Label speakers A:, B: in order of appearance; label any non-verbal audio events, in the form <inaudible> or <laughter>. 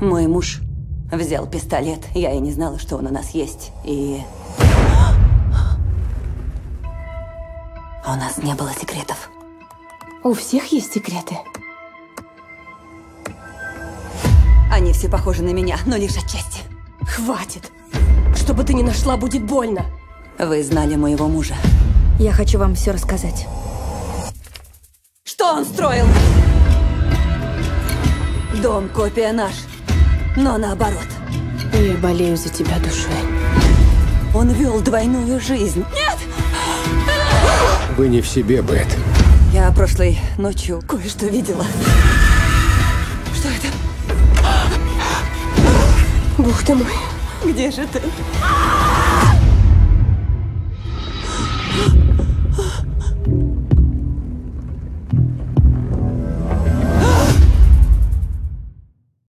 A: Мой муж взял пистолет. Я и не знала, что он у нас есть. И... <gasps> У нас не было секретов.
B: У всех есть секреты.
A: Они все похожи на меня, но лишь отчасти.
C: Хватит! Что бы ты ни нашла, будет больно.
A: Вы знали моего мужа.
B: Я хочу вам все рассказать.
A: Что он строил? Дом копия наш, но наоборот.
C: Я болею за тебя душой.
A: Он вел двойную жизнь.
D: Вы не в себе, Бет.
A: Я прошлой ночью кое-что видела. Что это?
C: Бог ты мой.
A: Где же ты?